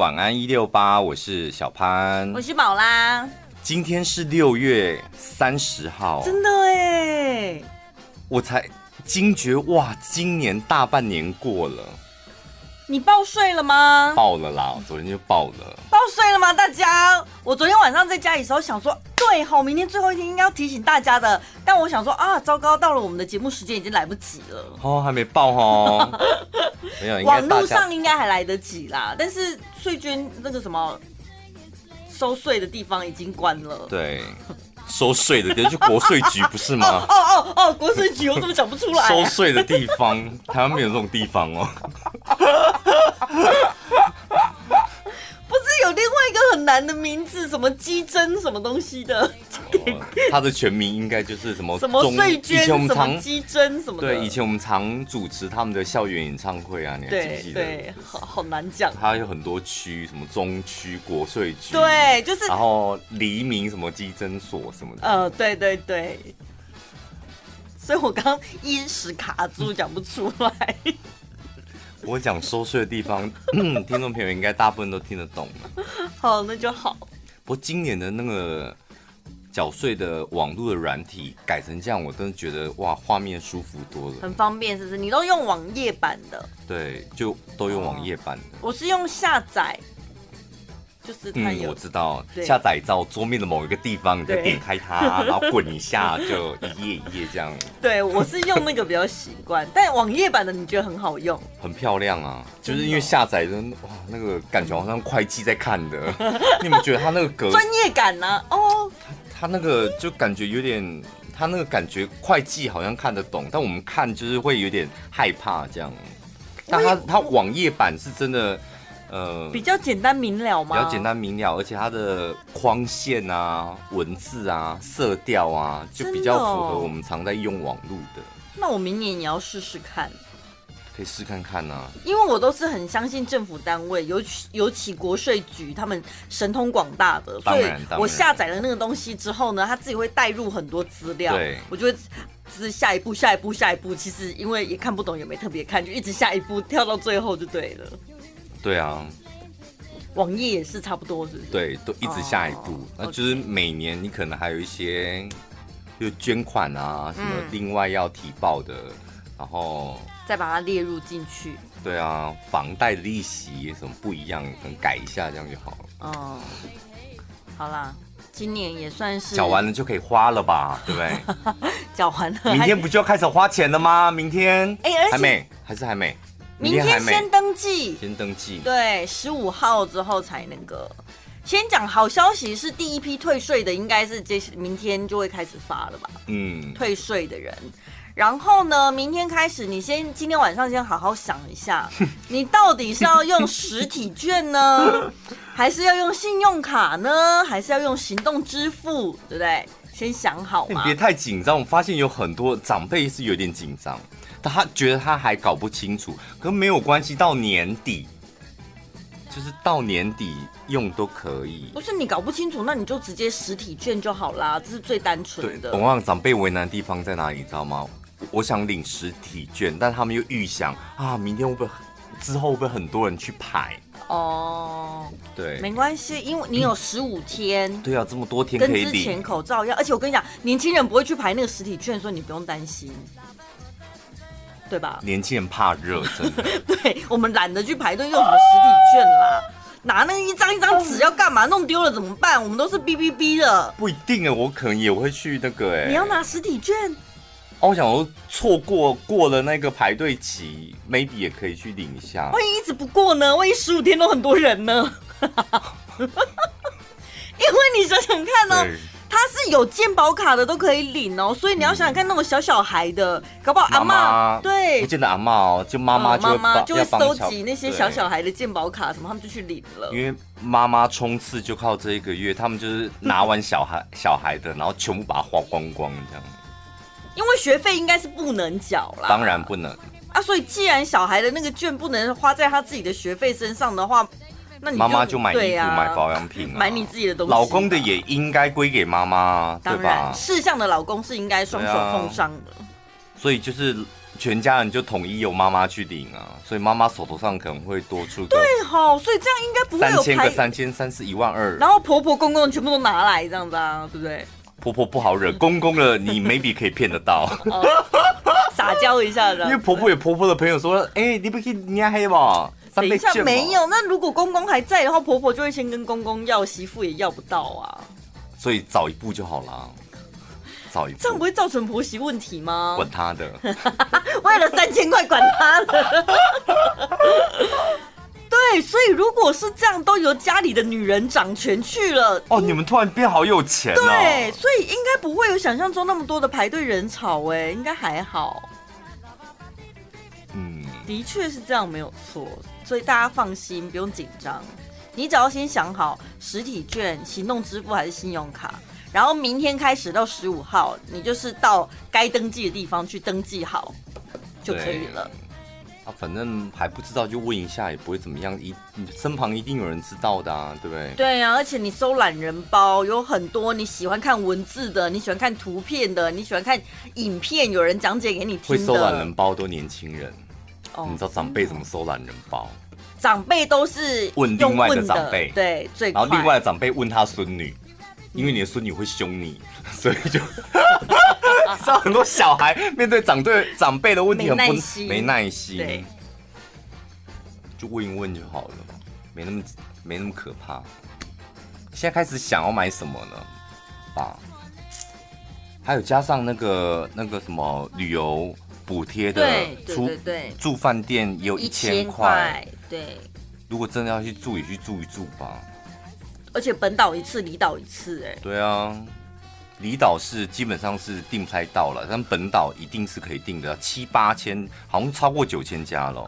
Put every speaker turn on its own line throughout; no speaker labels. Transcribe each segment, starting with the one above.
晚安一六八，我是小潘
我。是宝拉，
今天是六月三十号，
真的哎，
我才惊觉哇，今年大半年过了，
你报税了吗？
爆了啦！昨天就爆了，
报税了吗？大家，我昨天晚上在家里的时候想说，对吼，明天最后一天应该要提醒大家的，但我想说啊，糟糕，到了我们的节目时间已经来不及了。
哦，还没爆 哦。没有，应该
网
大
络
家
上应该还来得及啦，但是税捐那个什么收税的地方已经关了。
对收税的地方，就国税局不是吗
哦？哦哦，国税局我怎么讲不出来、
收
啊？
税的地方， 台湾没有这种地方哦。
不是有另外一个很难的名字，什么基征什么东西的，
它哦的全名应该就是什么
什么
中
税
以前
捐，
我
什
们
么
常
基征什么的。
对以前我们常主持他们的校园演唱会啊，你还记不
对
记得？
对，好好难讲。
它有很多区，什么中区、国税局，，
对，就是
然后黎明什么基征所什么的，
呃，对对对。所以我刚刚一时卡住，讲不出来。
我讲收税的地方， 听众朋友应该大部分都听得懂了。
好，那就好。
不过今年的那个缴税的网络的软体改成这样，我真的觉得哇，画面舒服多了。
很方便，是不是？你都用网页版的，
对，就都用网页版的。
我是用下载，就是哦它
嗯，
有。
我知道，
对
下载到桌面的某一个地方，你再
对
点开它，然后滚一下，就一页一页这样，
对，我是用那个比较习 惯，但网页版的你觉得很好用，
很漂亮啊！就
真
是
的
因为下载的哇，那个感觉好像会计在看 的。你们觉得它那个格，
专业感呢、哦，
它那个就感觉有点，它那个感觉会计好像看得懂，但我们看就是会有点害怕这样。但它它网页版是真的，呃，
比较简单明了
比
吗？
较简。单明了，而且它的框线啊、文字啊、色调啊，就比较
真的哦
符合我们常在用网络的，
那我明年也要试试看。
可以试看看啊。
因为我都是很相信政府单位，尤其尤其国税局他们神通广大的，
当
所以
然当然
我下载了那个东西之后呢，他自己会带入很多资料
对，
我就会就是下一步、下一步、下一步。其实因为也看不懂，也没特别看，就一直下一步跳到最后就对了。
对啊，
网页也是差不多，是不是？
对，都一直下一步
哦，
那就是每年你可能还有一些，就捐款啊什么，
嗯
另外要提报的，然后
再把它列入进去。
对啊，房贷利息什么不一样，可能改一下这样就好了。
哦，好啦，今年也算是
缴完了就可以花了吧，
嗯
对不 对？
缴完了，
明
还
天不就要开始花钱了吗？明天，
哎而且
还没，还是还没，
明
还
天
没。
先登记。
先登记。
对，十五号之后才那个。先讲好消息是第一批退税的，应该是接明天就会开始发了吧？
嗯，
退税的人。然后呢，明天开始，你先今天晚上先好好想一下，你到底是要用实体券呢， 还是要用信用卡呢，还是要用行动支付，对不对？先想好
你
嘛
哎别。太紧张。我发现有很多长辈是有点紧张，但他觉得他还搞不清楚，可没有关系，到年底，就是到年底用都可以
不。是你搞不清楚，那你就直接实体券就好啦，这是最单纯的
我。忘了长辈为难的地方在哪里，你知道吗？我想领实体券，但他们又预想啊，明天会不会之后会不会很多人去排？
哦，没
对，
关系，因为你有十五天。
对啊，这么多天
跟
可以
之前
领，
口罩一样，而且我跟你讲，年轻人不会去排那个实体券，所以你不用担心，对吧？
年轻人怕热，真的。
对我们懒得去排队用什么实体券啦，拿那一张一张纸要干嘛？弄丢了怎么办？我们都是哔哔哔的，
不一定啊，我可能也会去那个哎、
你要拿实体券，
哦，我想说错过过了那个排队期，maybe 也可以去领一下。
万一一直不过呢？万一十五天都很多人 呢？ 因为你想想看哦，
对，
他是有健保卡的都可以领哦，所以你要想想看，那种小小孩的，搞不好阿
妈
妈
妈
对
不，见得阿嬷哦，就妈妈
嗯
就会
妈妈
帮
就会
要帮
收
小
集那些
对
小小孩的健保卡什么，他们就去领了
因。为妈妈冲刺就靠这一个月，他们就是拿完小孩小孩的，然后全部把它花光光 这样。
因为学费应该是不能缴啦，
当然不能，
啊，所以既然小孩的那个券不能花在他自己的学费身上的话，那你
妈妈就买衣
对
服、
啊
买保养品、啊，
买你自己的东西吧。
老公的也应该归给妈妈，对
当然，
吧？啊
事项的老公是应该双手奉上的。
所以就是全家人就统一由妈妈去领啊，所以妈妈手头上可能会多出个
对啊好，哎所以这样应该不会
三
有
千个
排。
三千三是一万二，
然后婆婆公公全部都拿来这样子啊，对不对？
婆婆不 好惹，公公的你 maybe 可以骗得到，
撒娇一下
因为
的。
婆婆有婆婆的朋友 说，哎、你不可以你还黑吧？
等
三
一
倍
下
券，嘛
没，有。那如果公公还在的话，婆婆就会先跟公公要，媳妇也要不到啊。
所以早一步就好了，早一步，
这样不会造成婆媳问题吗？
管他的，
为了三千块管他了。对，所以如果是这样，都由家里的女人掌权去了。
哦，你们突然变好有钱哦，
对，所以应该不会有想象中那么多的排队人潮、哎，应该还好，
嗯，
的确是这样，没有错，所以大家放心，不用紧张。你只要先想好实体券、行动支付还是信用卡，然后明天开始到十五号，你就是到该登记的地方去登记好就可以了。
啊，反正还不知道就问一下，也不会怎么样，一身旁一定有人知道的啊，对不对？
对啊，而且你收懒人包有很多，你喜欢看文字的，你喜欢看图片的，你喜欢看影片，有人讲解给你听
会
的。
收懒人包都年轻人，
哦
你知道长辈怎么收懒人包？
长辈都是
问
用
另外的
问
长辈
对，最
然
快。
后另外的长辈问他孙女，因为你的孙女会凶你， 所以就知道很多小孩面对长辈长辈的问题很
没
不
耐心
没耐
对
心，就问一问就好了，没那么没那么可怕。现在开始想要买什么呢？吧，还有加上那个那个什么旅游补贴的
对对
出
对对
住饭店也有一千块，，
对，
如果真的要去住也去住一住吧。
而且本岛一次，离岛一次、哎，
对啊，离岛是基本上是订不太到了，但本岛一定是可以订的，七八千，好像超过九千家了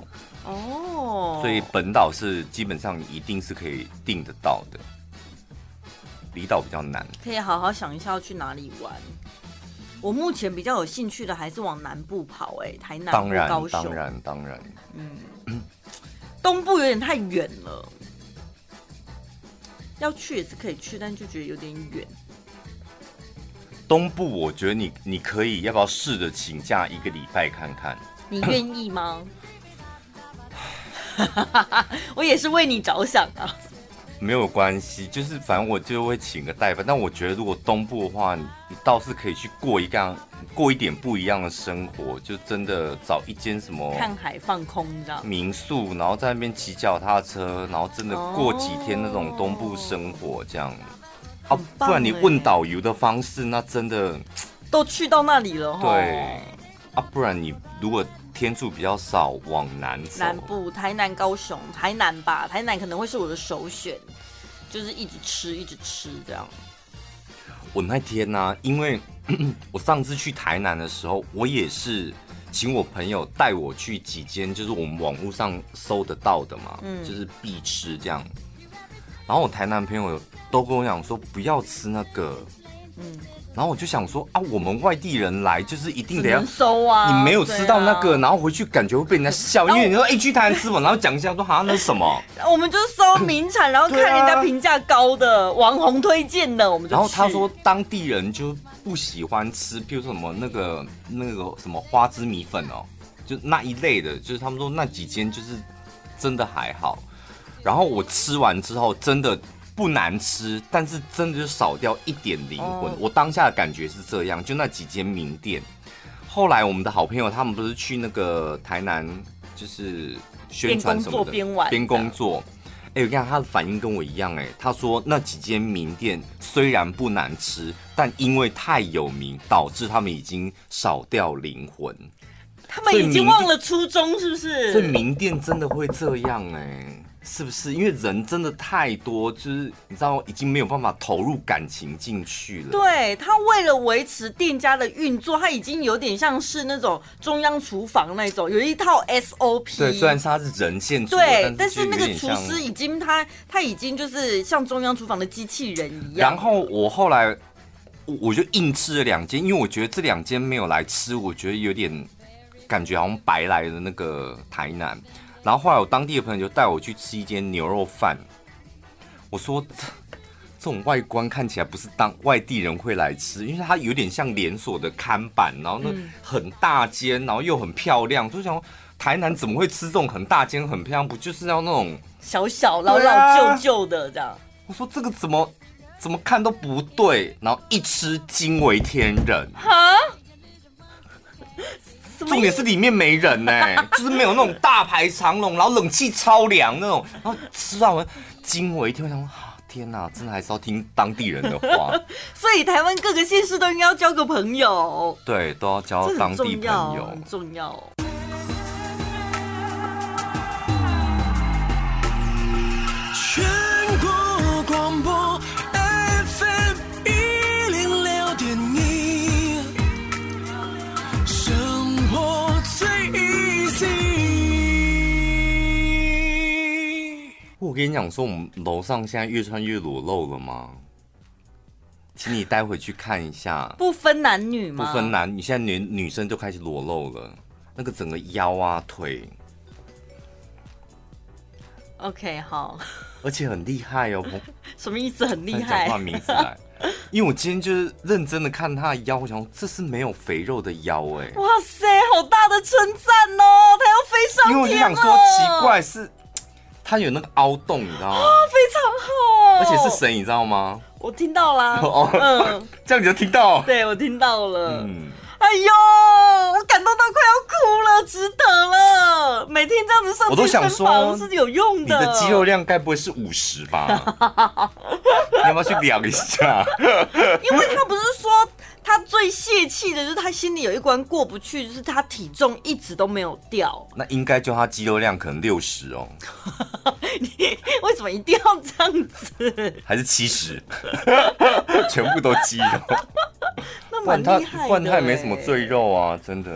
哦，
哦，
所以本岛是基本上一定是可以订得到的。离岛比较难，
可以好好想一下要去哪里玩。我目前比较有兴趣的还是往南部跑、哎，台南、
当然
高雄，
当然当然，
东部有点太远了，要去也是可以去，但就觉得有点远。
东部我觉得你你可以要不要试着请假一个礼拜看看？
你愿意 吗？ 我也是为你着想啊。
没有关系，就是反正我就会请个代班。但我觉得如果东部的话，你你倒是可以去过一个过一点不一样的生活，就真的找一间什么
看海放空，你知道？
民宿，然后在那边骑脚踏车，然后真的过几天那种东部生活这样。啊
很，棒
不然你
欸
问导游的方式，那真的
都去到那里了齁
对啊，不然你如果天数比较少，往南走，
南部、台南、高雄、台南吧，台南可能会是我的首选，就是一直吃，一直吃这样。
我那天呢、因为 我上次去台南的时候，我也是请我朋友带我去几间，就是我们网络上搜得到的嘛，
嗯
就是必吃这样。然后我台南朋友有都跟我讲说不要吃那个，
嗯，
然后我就想说啊，我们外地人来就是一定
只
得要
能。收啊！
你没有吃到那个，
对啊
然后回去感觉会被人家笑，因为你说哎、去台南吃嘛，然后讲一下说哈那是什么，
啊，我们就搜名产，然后看
对啊
人 家评价高的、网红推荐的，我们就去。
然后他说当地人就不喜欢吃，譬如说什么那个那个什么花枝米粉哦，就那一类的，就是他们说那几间就是真的还好。然后我吃完之后真的不难吃，但是真的就少掉一点灵魂。
哦
我当下的感觉是这样，就那几间名店。后来我们的好朋友他们不是去那个台南，就是宣传什么的，
边工作边玩
边工作。哎、我跟你看他的反应跟我一样、哎，他说那几间名店虽然不难吃，但因为太有名，导致他们已经少掉灵魂。
他们已
所以
经
名
忘了初衷，是不是？
所以名店真的会这样哎、是不是？因为人真的太多，就是你知道，已经没有办法投入感情进去了。
对他为了维持店家的运作，他已经有点像是那种中央厨房那种，有一套 SOP。
对，虽然是它是人现出的，
对，但
是
是
就
那
有
个
点
厨
像
师已经他他已经就是像中央厨房的机器人一样。
然后我后来我我就硬吃了两间，因为我觉得这两间没有来吃，我觉得有点感觉好像白来的那个台南。然后后来我当地的朋友就带我去吃一间牛肉饭，我说这种外观看起来不是当外地人会来吃，因为它有点像连锁的看板，然后呢
嗯
很大间，然后又很漂亮，就想说台南怎么会吃这种很大间很漂亮？不就是要那种
小小老
对啊
老旧旧的这样，
我说这个怎么怎么看都不对，然后一吃惊为天人。
哈，什么
重
意
点
思
是里面没人 呢、就是没有那种大排长龙，然后冷气超凉那种，然后吃到我惊为天人，我想说啊天哪，真的还是要听当地人的 话，
所以台湾各个县市都应该要交个朋友，
对，都要交
这
哦当
很
地
重
朋
要，
友
很。重要。
全国广播 FM 一零六点一，生活最 easy。
我跟你讲说，我们楼上现在越穿越裸露了吗？请你带回去看一下，
不分男女
不
吗？
分男女，现在女女生就开始裸露了，那个整个腰啊腿。
OK，好，
而且很厉害哦，不
什么意思？很厉
才讲
害
出他，名字 来。因为我今天就是认真的看他的腰，我想说这是没有肥肉的腰哎、
哇塞，好大的称赞哦！他要飞上
因为我就
天了，哦啊
想说奇，怪是，他有那个凹洞，你知道吗？
非常好，
而且是？谁你知道吗？
我听到 啦，
哦
嗯，
这样你就听到，
对我听到了，
嗯，
哎呦，我感动到快要哭了，值得了，每天这样子上
我都
健
想
身
说
房是有用
你
的，
的肌肉量该不会是五十吧？ 你要不要去量一下？
因为他不是说他最泄气的，就是他心里有一关过不去，就是他体重一直都没有掉。
那应该就他肌肉量可能六十哦，
你为什么一定要这样子？
还是七十， 全部都肌肉，
那
不然
蛮
他
厉害的、欸
不然他也没什么赘，肉啊，真的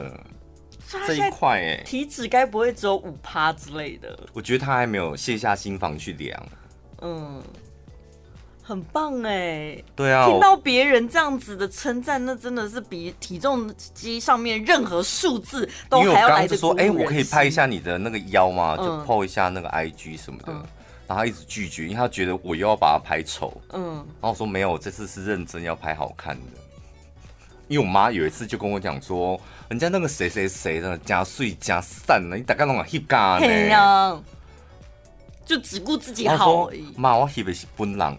所以他
这
现
一
在
块哎、
体脂该不会只有五趴之类的？
我觉得他还没有卸下心防去量。
嗯，很棒哎、
对啊，
听
我
到别人这样子的称赞，那真的是比体重机上面任何数字都
因为我
还要
刚
来
刚
的
就说，哎、我可以拍一。下你的那个腰吗？就
嗯
po 一下那个 IG 什么的。
嗯
然后他一直拒绝，因为他觉得我又要把他拍丑。
嗯，
然后我说没有，我这次是认真要拍好看的。因为我妈有一次就跟我讲说，人家那个谁谁谁的加碎加散了，你大概弄个 hip 嘎呢？
嘿呀，就只顾自己
她
好
说
而已：“。
妈，我 hip 的是本人。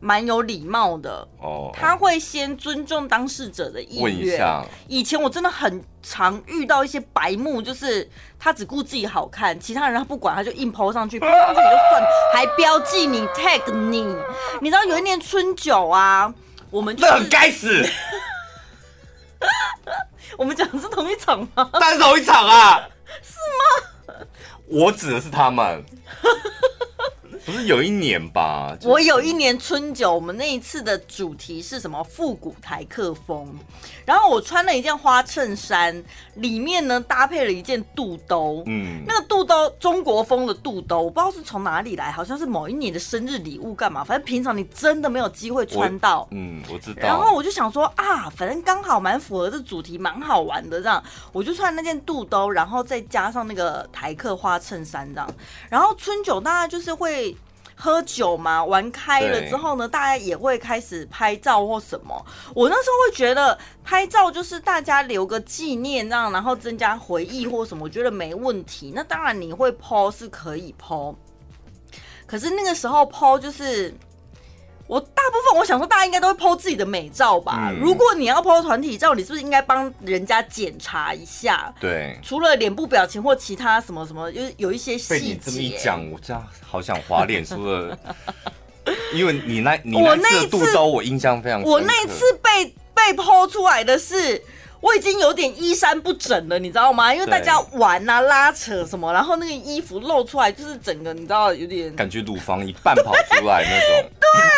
蛮有礼貌的，
哦，
他会先尊重当事者的意愿。
问一下，
以前我真的很常遇到一些白目，就是他只顾自己好看，其他人他不管，他就硬抛上去，抛上去你就 算了，还标记你 tag 你。你知道有一年春酒啊，我们就
那很
是
该死，
我们讲的是同一场吗？
但是同一场啊？是吗？我指的是他们，不是有一年吧？就是
我有一年春酒，我们那一次的主题是什么？复古台客风。然后我穿了一件花衬衫，里面呢搭配了一件肚兜。
嗯，
那个肚兜，中国风的肚兜，我不知道是从哪里来，好像是某一年的生日礼物，干嘛？反正平常你真的没有机会穿到。
嗯，我知道。
然后我就想说啊，反正刚好蛮符合这主题，蛮好玩的这样。我就穿那件肚兜，然后再加上那个台客花衬衫这样。然后春酒大家就是会喝酒嘛，玩开了
对
之后呢，大家也会开始拍照或什么。我那时候会觉得拍照就是大家留个纪念这样，然后增加回忆或什么，我觉得没问题。那当然你会 PO 是可以 PO，可是那个时候 PO 就是。我大部分我想说，大家应该都会 PO 自己的美照吧。
嗯
如果你要 PO 团体照，你是不是应该帮人家检查一下？
对
除了脸部表情或其他什么什么，就是有一些
被
细
你这么一
节。
讲，我这样好想滑脸书 了，因为你那你
我
那
那
次
一
的肚
次
兜，我印象非常深刻。
我那次被被剖出来的是，我已经有点衣衫不整了，你知道吗？因为
对
大家玩啊、拉扯什么，然后那个衣服露出来，就是整个你知道有点，
感觉乳房一半跑出来那种。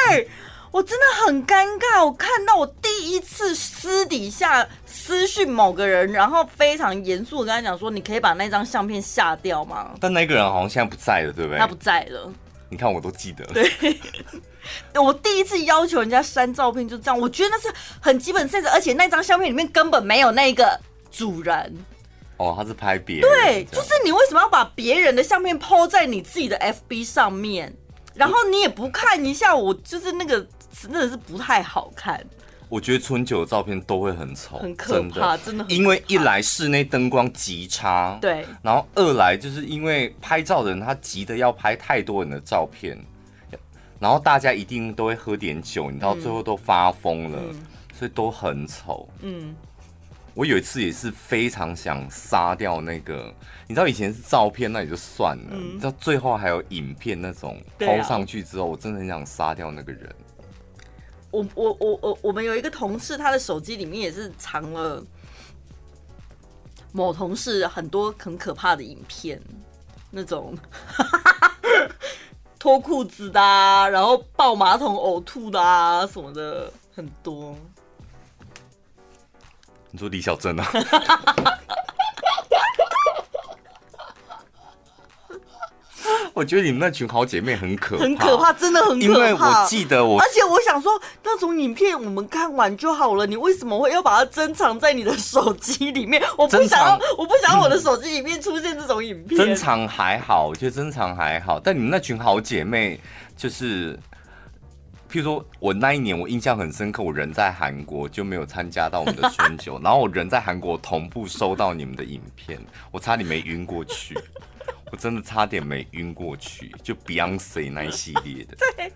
对，我真的很尴尬。我看到我第一次私底下私讯某个人，然后非常严肃的跟他讲说：“你可以把那张相片下掉吗
但那个人好像现在不在了，对不？”对
他？不在了。
你看我都记得。对，
我第一次要求人家删照片就这样，我觉得那是很基本 sense，而且那张相片里面根本没有那个主人。
哦，他是拍别人这样。
对，就是你为什么要把别人的相片抛在你自己的 FB 上面，然后你也不看一下我，就是那个真的是不太好看，
我觉得春酒的照片都会很丑，
很可怕，真的很
因为一来室内灯光极差，，
对。
然后二来就是因为拍照的人他急得要拍太多人的照片，然后大家一定都会喝点酒，你到最后都发疯了，所以都很丑。
嗯，
我有一次也是非常想杀掉那个，你知道以前是照片那也就算了，你知道最后还有影片那种
嗯对啊
抛上去之后，我真的很想杀掉那个人。
我我我我我们有一个同事，他的手机里面也是藏了某同事很多很可怕的影片，那种 脱裤子的、啊，然后抱马桶呕吐的啊什么的，很多。
你说李小珍啊？ 我觉得你们那群好姐妹很可怕，
很可怕，，真的很可怕。
因为我记得我
而且我想说，那种影片我们看完就好了，你为什么会要把它珍藏在你的手机里面？我不
珍
想
藏
要，我不想要我的手机里面出现这种影片。
珍藏还好，我觉得珍藏还好，但你们那群好姐妹就是。譬如说，我那一年我印象很深刻，我人在韩国就没有参加到我们的春 酒，然后我人在韩国同步收到你们的影片，我差点没晕过去，我真的差点没晕过去，就 Beyonce 那一系列的。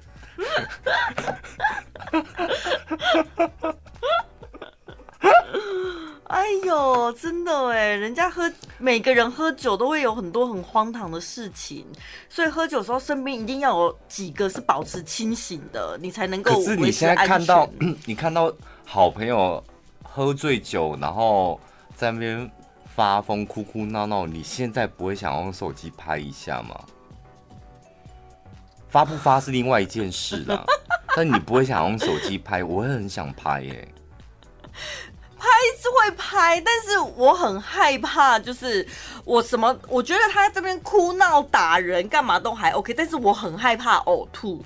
哎呦，真的哎，人家喝每个人喝酒都会有很多很荒唐的事情，所以喝酒的时候身边一定要有几个是保持清醒的，你才能够
可是你
维持
现在
安
看到
全。
你看到好朋友喝醉酒，然后在那边发疯、哭哭闹闹，你现在不会想用手机拍一下吗？发不发是另外一件事啦，但你不会想用手机拍，我会很想拍欸耶、
是会拍，但是我很害怕，就是我什么，我觉得他这边哭闹打人干嘛都还 OK，但是我很害怕呕吐，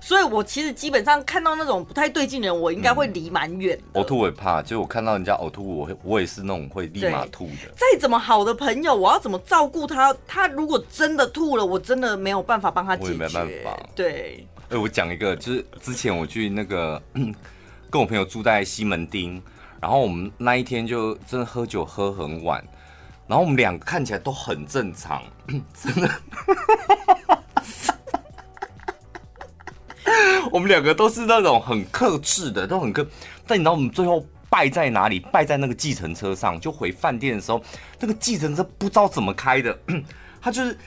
所以我其实基本上看到那种不太对劲的人，我应该会离蛮远的。
呕吐我也怕，就我看到人家呕吐，我会我也是那种会立马
对
吐的。
再怎么好的朋友，我要怎么照顾他？他如果真的吐了，我真的没有办法帮他解
我也
决。
没办法
对，
哎、我讲一个，就是之前我去那个跟我朋友住在西门町，然后我们那一天就真的喝酒喝很晚，然后我们两个看起来都很正常， 真的。 我们两个都是那种很克制的，都很克。但你知道我们最后败在哪里？败在那个计程车上。就回饭店的时候，那个计程车不知道怎么开的， 它就是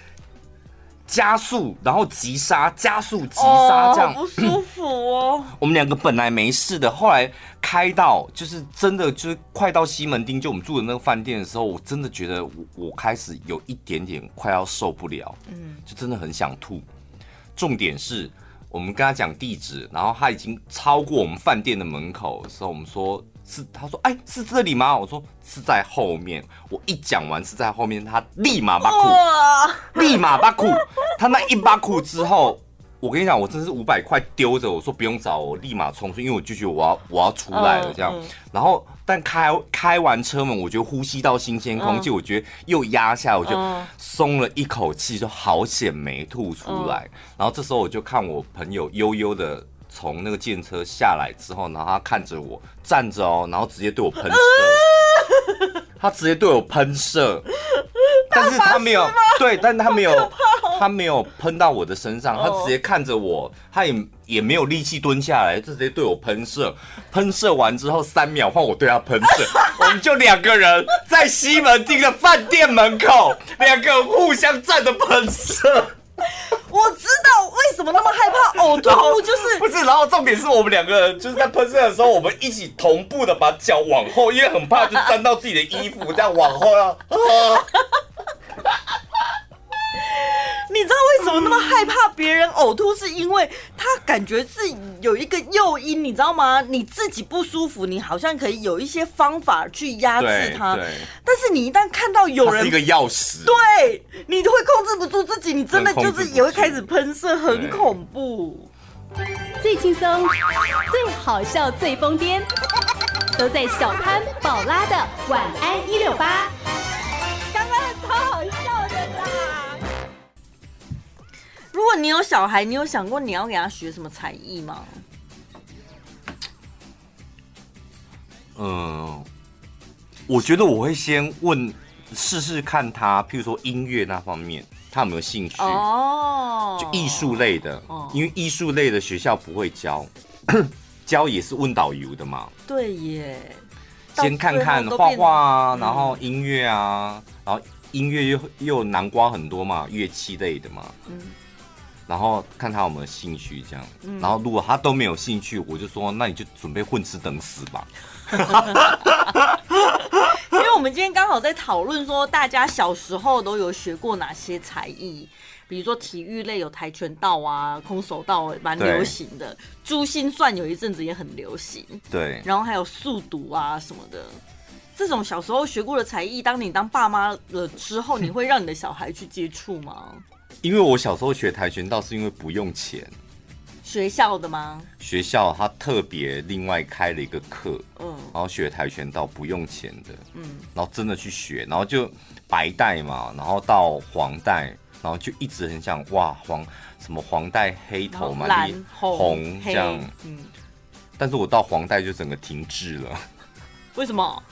加速，然后急刹，加速急刹
哦，
这样。
好不舒服哦。
我们两个本来没事的，后来开到就是真的就是快到西门町，就我们住的那个饭店的时候，我真的觉得我我开始有一点点快要受不了，嗯，就真的很想吐。重点是我们跟他讲地址，然后他已经超过我们饭店的门口的时候，我们说是，他说哎是这里吗？我说是在后面。我一讲完是在后面，他立马把
哦
裤
哇，
立马把苦，他那一把苦之后，我跟你讲，我真是五百块丢着，我说不用找我，立马冲出，因为我就觉得我要我要出来了这样。
嗯嗯
然后，但开开完车门，我觉得呼吸到新鲜空气，我觉得又压下，我就
嗯
松了一口气，就好险没吐出来。
嗯
然后这时候我就看我朋友悠悠的。从那个电车下来之后，然后他看着我站着哦，然后直接对我喷射， 他直接对我喷射， 但是他没有对，但他没有、他没有喷到我的身上，他
哦
直接看着我，他也也没有力气蹲下来，就直接对我喷射。喷射完之后三秒换我对他喷射，我们就两个人在西门町的饭店门口，两个人互相站着喷射。
我知道为什么那么害怕呕
然后
吐，就是
不是，然后重点是我们两个人就是在喷射的时候，我们一起同步的把脚往后，因为很怕就沾到自己的衣服，这样往后要。
你知道为什怎么那么害怕别人呕吐？是因为他感觉自己有一个诱因，你知道吗？你自己不舒服，你好像可以有一些方法去压制
对
它
对，
但是你一旦看到有
它是
人
一个钥匙。
对，你会控制不住自己，你真的就
真控制
是
不
也会
住
开始喷射，很
对
恐怖。
最轻松、最好笑、最疯癫，都在小潘宝拉的《晚安一六八》。刚刚超好笑的啦！
如果你有小孩，你有想过你要给他学什么才艺吗？
嗯，我觉得我会先问试试看他，譬如说音乐那方面，他有没有兴趣？
哦，
就艺术类的
哦，
因为艺术类的学校不会教， 教也是问导游的嘛。
对耶，到
先看看
最后都
画
变嗯
画啊，然后音乐啊，然后音乐又又南瓜很多嘛，乐器类的嘛，
嗯
然后看他有没有兴趣这样，
嗯
然后如果他都没有兴趣，我就说那你就准备混吃等死吧。
因为我们今天刚好在讨论说，大家小时候都有学过哪些才艺，比如说体育类有跆拳道啊、空手道，蛮
对
流行的。珠心算有一阵子也很流行，
对，
然后还有速读啊什么的。这种小时候学过的才艺，当你当爸妈了之后，你会让你的小孩去接触吗？
因为我小时候学跆拳道是因为不用钱，
学校的吗？
学校他特别另外开了一个课，
嗯
然后学跆拳道不用钱的，
嗯，
然后真的去学，然后就白带嘛，然后到黄带，然后就一直很想哇黄什么黄带黑
然后
头嘛，
蓝
你、
红、
这
黑
样，，
嗯，
但是我到黄带就整个停滞了。
为什么？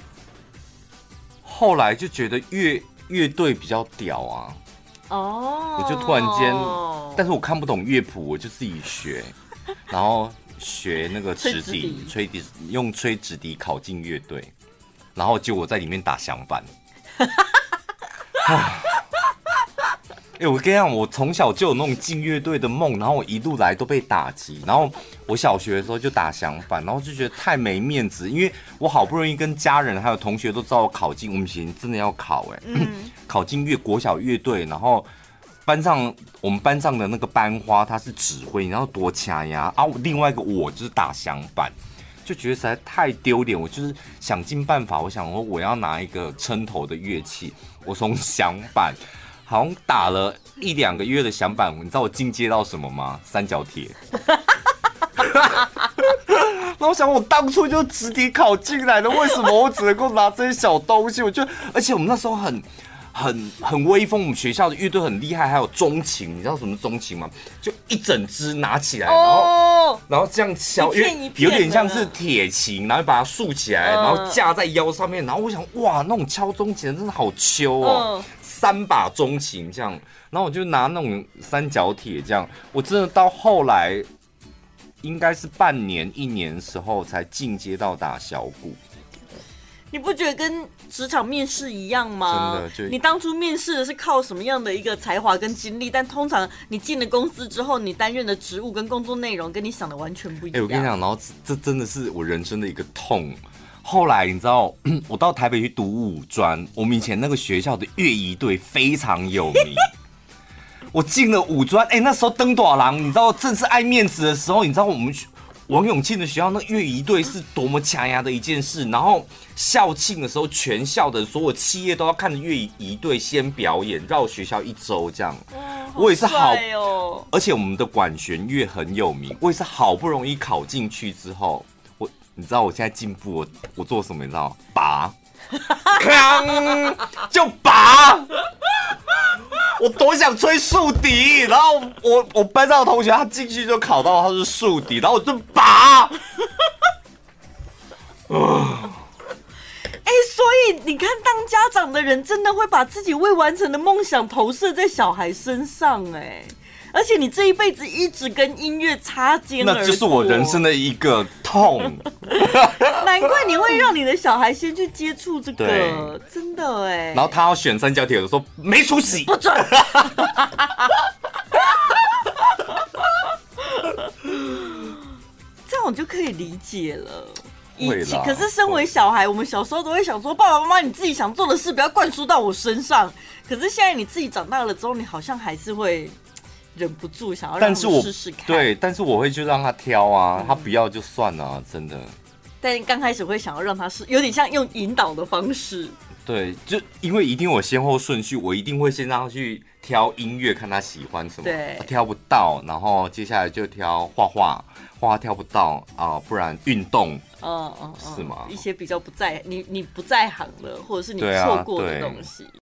后来就觉得乐乐队比较屌啊，
哦，
我就突然间，但是我看不懂乐谱，我就自己学，然后学那个
吹
直
直
笛
笛，
吹笛用吹直笛考进乐队，然后结果在里面打响板。哎、我跟你讲，我从小就有那种进乐队的梦，然后我一路来都被打击，然后我小学的时候就打响板，然后就觉得太没面子，因为我好不容易跟家人还有同学都知道我考进，我们以前真的要考哎、
嗯
考进乐国小乐队，然后班上我们班上的那个班花她是指挥，然后多掐呀啊，另外一个我就是打响板，就觉得实在太丢脸，我就是想尽办法，我想说我要拿一个撑头的乐器，我从响板好像打了一两个月的响板，你知道我进阶到什么吗？三角铁。那我想，我当初就直抵考进来的，为什么我只能够拿这些小东西？我就，而且我们那时候很。很很威风，我们学校的乐队很厉害，还有钟琴，你知道什么钟琴吗？就一整只拿起来，然后
哦，
然后这样敲，
一
因
片
为
一片
有点
的
像
啦
是铁琴，然后把它竖起来，
嗯
然后架在腰上面。然后我想，哇，那种敲钟琴真的好秋哦，
嗯
三把钟琴这样。然后我就拿那种三角铁这样，我真的到后来应该是半年一年的时候才进阶到打小鼓。
你不觉得跟职场面试一样吗？
真的就
你当初面试的是靠什么样的一个才华跟经历？但通常你进了公司之后，你担任的职务跟工作内容跟你想的完全不一
哎、
样。
我跟你讲，然后这这真的是我人生的一个痛。后来你知道， 我到台北去读五专，我们以前那个学校的乐仪队非常有名。 我进了五专，哎、那时候登短郎，你知道正是爱面子的时候，你知道我们学王永庆的学校那乐仪队是多么强牙的一件事。然后校庆的时候，全校的所有企业都要看着乐仪队先表演，绕学校一周这样。我也是好
帅哦，
而且我们的管弦乐很有名，我也是好不容易考进去之后，我你知道我现在进步，我我做什么你知道吗？拔，锵，就拔。我多想吹竖笛，然后我我班上的同学他进去就考到他是竖笛，然后我就拔。
哎、所以你看，当家长的人真的会把自己未完成的梦想投射在小孩身上、哎，而且你这一辈子一直跟音乐擦肩而过，
那就是我人生的一个 痛。
难怪你会让你的小孩先去接触这个
对，
真的哎、
然后他要选三角铁，我说没出息，
不准。这样我就可以理解了。以
会啦
前可是身为小孩，我们小时候都会想说，爸爸妈妈你自己想做的事不要灌输到我身上。可是现在你自己长大了之后，你好像还是会忍不住想要让
但是我
试试看。，
对，但是我会去让他挑啊，他不要就算了、啊，真的。
但刚开始会想要让他试，有点像用引导的方式。
对，就因为一定有先后顺序，我一定会先让他去挑音乐，看他喜欢什么。
对
他挑不到，然后接下来就挑画画，画画挑不到啊、不然运动。
嗯嗯嗯，
是吗
一些比较不在你你不在行的，或者是你
对啊
错过的
对
东西。